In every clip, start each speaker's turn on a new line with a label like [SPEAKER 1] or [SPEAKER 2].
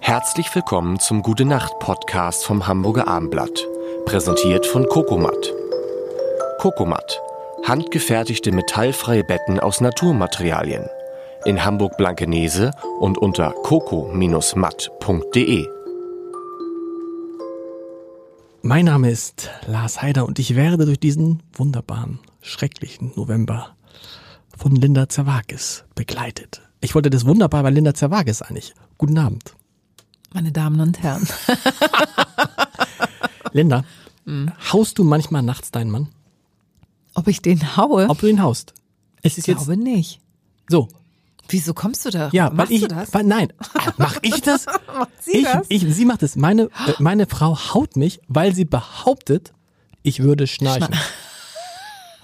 [SPEAKER 1] Herzlich willkommen zum Gute Nacht Podcast vom Hamburger Armblatt, präsentiert von Kokomat. Kokomat, handgefertigte metallfreie Betten aus Naturmaterialien. In Hamburg Blankenese und unter coco-matt.de.
[SPEAKER 2] Mein Name ist Lars Heider und ich werde durch diesen wunderbaren, schrecklichen November von Linda Zerwakis begleitet. Ich wollte das wunderbar bei Linda Zerwakis eigentlich. Guten Abend.
[SPEAKER 3] Meine Damen und Herren.
[SPEAKER 2] Linda,
[SPEAKER 3] Mhm.
[SPEAKER 2] haust du manchmal nachts deinen Mann?
[SPEAKER 3] Ob ich den haue?
[SPEAKER 2] Ob du ihn haust? Es ist
[SPEAKER 3] ich
[SPEAKER 2] jetzt
[SPEAKER 3] glaube nicht.
[SPEAKER 2] so.
[SPEAKER 3] Wieso kommst du da?
[SPEAKER 2] Ja,
[SPEAKER 3] Machst
[SPEAKER 2] weil ich,
[SPEAKER 3] du das?
[SPEAKER 2] Weil, nein, Ah, mach ich das?
[SPEAKER 3] sie
[SPEAKER 2] ich,
[SPEAKER 3] das?
[SPEAKER 2] Ich, sie macht es. Meine, äh, meine Frau haut mich, weil sie behauptet, ich würde schnarchen.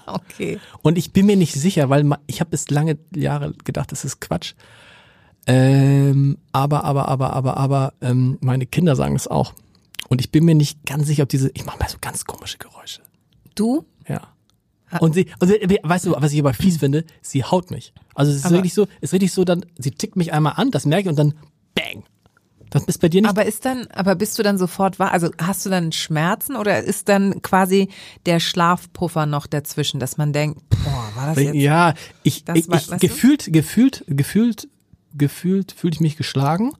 [SPEAKER 3] Okay.
[SPEAKER 2] Und ich bin mir nicht sicher, weil ma- ich habe es lange Jahre gedacht, das ist Quatsch. Ähm, aber, aber, aber, aber, aber, ähm, meine Kinder sagen es auch. Und ich bin mir nicht ganz sicher, ob diese, ich mache mal so ganz komische Geräusche.
[SPEAKER 3] Du?
[SPEAKER 2] Ja. Und sie, und sie, äh, weißt du, was ich aber fies finde? Sie haut mich. Also es ist
[SPEAKER 3] Aber-
[SPEAKER 2] richtig so, es ist richtig so, dann, sie tickt mich einmal an, das merke ich und dann bang. Das ist bei dir nicht.
[SPEAKER 3] Aber ist dann, aber bist du dann sofort wach? Also hast du dann Schmerzen oder ist dann quasi der Schlafpuffer noch dazwischen, dass man denkt, boah, war das jetzt?
[SPEAKER 2] ja, ich,
[SPEAKER 3] Das
[SPEAKER 2] ich,
[SPEAKER 3] war-
[SPEAKER 2] ich
[SPEAKER 3] weißt du?
[SPEAKER 2] gefühlt, gefühlt, gefühlt, gefühlt fühle ich mich geschlagen.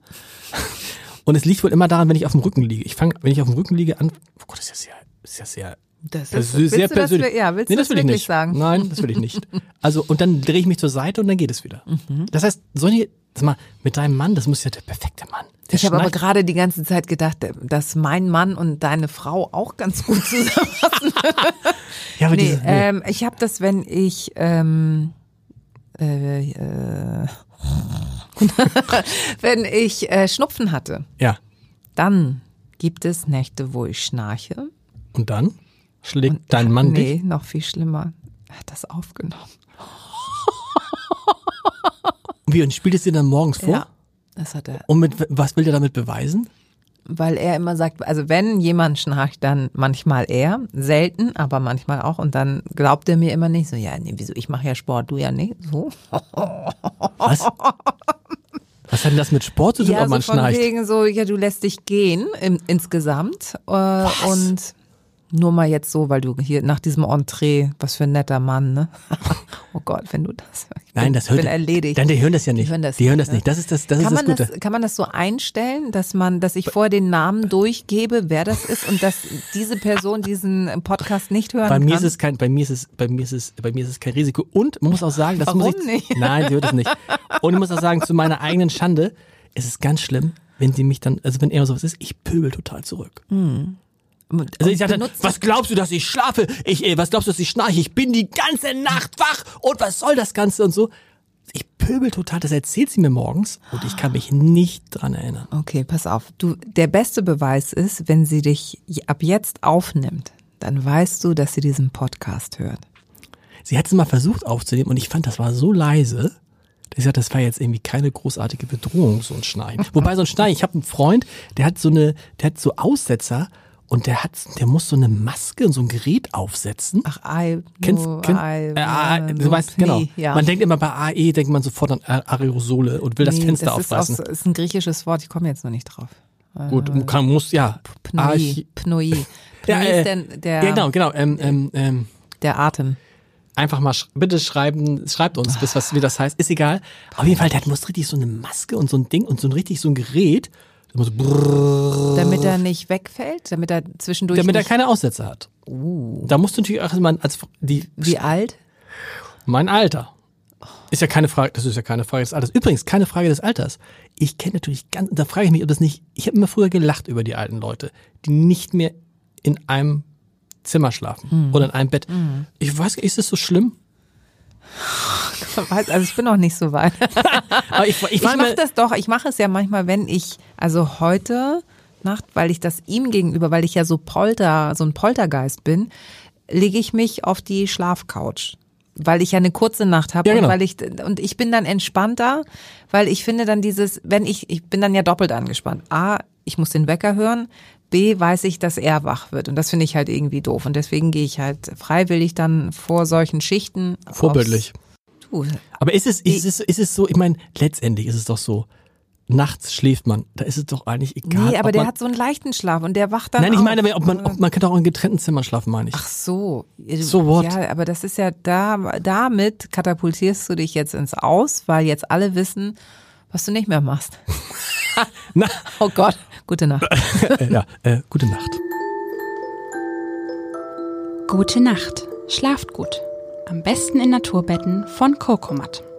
[SPEAKER 2] Und es liegt wohl immer daran, wenn ich auf dem Rücken liege. Ich fange, wenn ich auf dem Rücken liege an, oh Gott, das ist ja sehr, ist ja sehr,
[SPEAKER 3] Das
[SPEAKER 2] das
[SPEAKER 3] ist,
[SPEAKER 2] ist
[SPEAKER 3] willst
[SPEAKER 2] sehr
[SPEAKER 3] du das,
[SPEAKER 2] persönlich.
[SPEAKER 3] wir- ja, willst
[SPEAKER 2] nee,
[SPEAKER 3] du
[SPEAKER 2] das
[SPEAKER 3] das
[SPEAKER 2] will ich
[SPEAKER 3] wirklich
[SPEAKER 2] nicht.
[SPEAKER 3] sagen?
[SPEAKER 2] Nein, das will ich nicht. Also, und dann drehe ich mich zur Seite und dann geht es wieder.
[SPEAKER 3] Mhm.
[SPEAKER 2] Das heißt, solche, sag mal, mit deinem Mann, das muss ja der perfekte Mann. Der
[SPEAKER 3] Ich habe aber
[SPEAKER 2] schnarcht-
[SPEAKER 3] gerade die ganze Zeit gedacht, dass mein Mann und deine Frau auch ganz gut zusammenpassen.
[SPEAKER 2] ja, aber
[SPEAKER 3] Nee,
[SPEAKER 2] dieses, nee.
[SPEAKER 3] ähm, ich habe das, wenn ich ähm, äh, äh, wenn ich äh, Schnupfen hatte,
[SPEAKER 2] ja.
[SPEAKER 3] dann gibt es Nächte, wo ich schnarche.
[SPEAKER 2] Und dann schlägt dein Mann dich.
[SPEAKER 3] nee, noch viel schlimmer. Er hat das aufgenommen.
[SPEAKER 2] Und wie, und spielt es dir dann morgens vor?
[SPEAKER 3] Ja, das hat er.
[SPEAKER 2] Und mit, was will der damit beweisen?
[SPEAKER 3] Weil er immer sagt, also wenn jemand schnarcht, dann manchmal er, selten, aber manchmal auch. Und dann glaubt er mir immer nicht so, ja, nee, wieso, ich mache ja Sport, du ja nicht. So.
[SPEAKER 2] Was? Was hat denn das mit Sport zu tun,
[SPEAKER 3] ja,
[SPEAKER 2] ob man
[SPEAKER 3] so von
[SPEAKER 2] schnarcht?
[SPEAKER 3] wegen so, ja, du lässt dich gehen im, insgesamt. Äh, und nur mal jetzt so, weil du hier nach diesem Entree, was für ein netter Mann, ne? oh Gott, wenn du das. Ich
[SPEAKER 2] Nein,
[SPEAKER 3] bin,
[SPEAKER 2] das hört.
[SPEAKER 3] bin erledigt.
[SPEAKER 2] Dann, die hören das ja nicht.
[SPEAKER 3] Die hören das, ne?
[SPEAKER 2] nicht. Das ist das, das
[SPEAKER 3] kann,
[SPEAKER 2] ist das
[SPEAKER 3] man
[SPEAKER 2] Gute.
[SPEAKER 3] das, kann man das so einstellen, dass man, dass ich vorher den Namen durchgebe, wer das ist und dass diese Person diesen Podcast nicht hören
[SPEAKER 2] bei
[SPEAKER 3] kann?
[SPEAKER 2] mir ist es kein, bei mir ist es, bei mir ist es, bei mir ist es kein Risiko. Und man muss auch sagen, das muss
[SPEAKER 3] Warum
[SPEAKER 2] ich.
[SPEAKER 3] nicht?
[SPEAKER 2] Nein, sie hört es nicht. Und ich muss auch sagen, zu meiner eigenen Schande, es ist ganz schlimm, wenn sie mich dann, also wenn er sowas ist, ich pöbel total zurück.
[SPEAKER 3] Und-
[SPEAKER 2] Also
[SPEAKER 3] und
[SPEAKER 2] ich sage, dann,
[SPEAKER 3] Mhm. benutzt-
[SPEAKER 2] was glaubst du, dass ich schlafe? Ich, äh, was glaubst du, dass ich schnarche? Ich bin die ganze Nacht wach und was soll das Ganze und so. Ich pöbel total, das erzählt sie mir morgens und ich kann mich nicht dran erinnern.
[SPEAKER 3] Okay, pass auf. Du, der beste Beweis ist, wenn sie dich j- ab jetzt aufnimmt, dann weißt du, dass sie diesen Podcast hört.
[SPEAKER 2] Sie hat es mal versucht aufzunehmen und ich fand, das war so leise. dass Ich sagte, das war jetzt irgendwie keine großartige Bedrohung, so ein Schneien. Wobei so ein Schneien, ich habe einen Freund, der hat so eine, der hat so Aussetzer und der hat, der muss so eine Maske und so ein Gerät aufsetzen.
[SPEAKER 3] Ach, I,
[SPEAKER 2] Kennst,
[SPEAKER 3] no,
[SPEAKER 2] kenn,
[SPEAKER 3] I,
[SPEAKER 2] äh, ah,
[SPEAKER 3] no,
[SPEAKER 2] du weißt,
[SPEAKER 3] nee,
[SPEAKER 2] genau.
[SPEAKER 3] Ja.
[SPEAKER 2] Man denkt immer bei AE, denkt man sofort an Aerosole und will das
[SPEAKER 3] Nee,
[SPEAKER 2] Fenster
[SPEAKER 3] das ist, auch,
[SPEAKER 2] aufreißen.
[SPEAKER 3] so- ist ein griechisches Wort, ich komme jetzt noch nicht drauf.
[SPEAKER 2] Gut, kann, muss, ja.
[SPEAKER 3] Pnoi.
[SPEAKER 2] Archi-
[SPEAKER 3] Pnoi. Pnoi
[SPEAKER 2] Ah, Ja, äh,
[SPEAKER 3] äh, ist denn der, Äh.
[SPEAKER 2] ja, genau, genau. Ähm, ähm, ähm,
[SPEAKER 3] der Atem.
[SPEAKER 2] Einfach mal sch bitte schreiben, schreibt uns, bis was wie das heißt, ist egal. Auf jeden Fall, der muss richtig so eine Maske und so ein Ding und so ein richtig so ein Gerät, damit, so brrrr,
[SPEAKER 3] Damit er nicht wegfällt, damit er zwischendurch
[SPEAKER 2] damit er
[SPEAKER 3] nicht,
[SPEAKER 2] keine Aussätze hat. Da musst du natürlich auch erstmal als die
[SPEAKER 3] Uh. wie alt?
[SPEAKER 2] mein Alter. Ist ja keine Frage, das ist ja keine Frage des Alters. Übrigens, keine Frage des Alters. Ich kenne natürlich ganz, da frage ich mich, ob das nicht, ich habe immer früher gelacht über die alten Leute, die nicht mehr in einem Zimmer schlafen
[SPEAKER 3] Hm.
[SPEAKER 2] oder in einem Bett. Ich weiß, gar nicht, ist das so schlimm?
[SPEAKER 3] Weiß- Also ich bin noch nicht so weit.
[SPEAKER 2] Aber ich, ich,
[SPEAKER 3] Ich
[SPEAKER 2] war
[SPEAKER 3] mache
[SPEAKER 2] immer-
[SPEAKER 3] das doch, ich mache es ja manchmal, wenn ich, also heute Nacht, weil ich das ihm gegenüber, weil ich ja so Polter, so ein Poltergeist bin, lege ich mich auf die Schlafcouch. Weil ich ja eine kurze Nacht habe
[SPEAKER 2] Ja, genau.
[SPEAKER 3] und weil ich und ich bin dann entspannter, weil ich finde dann dieses, wenn ich, ich bin dann ja doppelt angespannt. A, ich muss den Wecker hören, B, weiß ich, dass er wach wird. Und das finde ich halt irgendwie doof. Und deswegen gehe ich halt freiwillig dann vor solchen Schichten. aufs-
[SPEAKER 2] vorbildlich.
[SPEAKER 3] Du,
[SPEAKER 2] Aber ist es, ist es, ist es so, ich meine, letztendlich ist es doch so, nachts schläft man. Da ist es doch eigentlich egal.
[SPEAKER 3] Nee, aber
[SPEAKER 2] ob
[SPEAKER 3] der
[SPEAKER 2] man,
[SPEAKER 3] hat so einen leichten Schlaf und der wacht dann
[SPEAKER 2] Nein, ich
[SPEAKER 3] auf.
[SPEAKER 2] meine, aber ob man, ob, man kann doch auch in getrennten Zimmern schlafen, meine ich.
[SPEAKER 3] Ach so. Äh,
[SPEAKER 2] So what?
[SPEAKER 3] Ja, aber das ist ja da, damit katapultierst du dich jetzt ins Aus, weil jetzt alle wissen, was du nicht mehr machst.
[SPEAKER 2] Na,
[SPEAKER 3] Oh Gott, gute Nacht.
[SPEAKER 2] äh, ja, äh, gute Nacht.
[SPEAKER 4] Gute Nacht. Schlaft gut. Am besten in Naturbetten von Kokomat.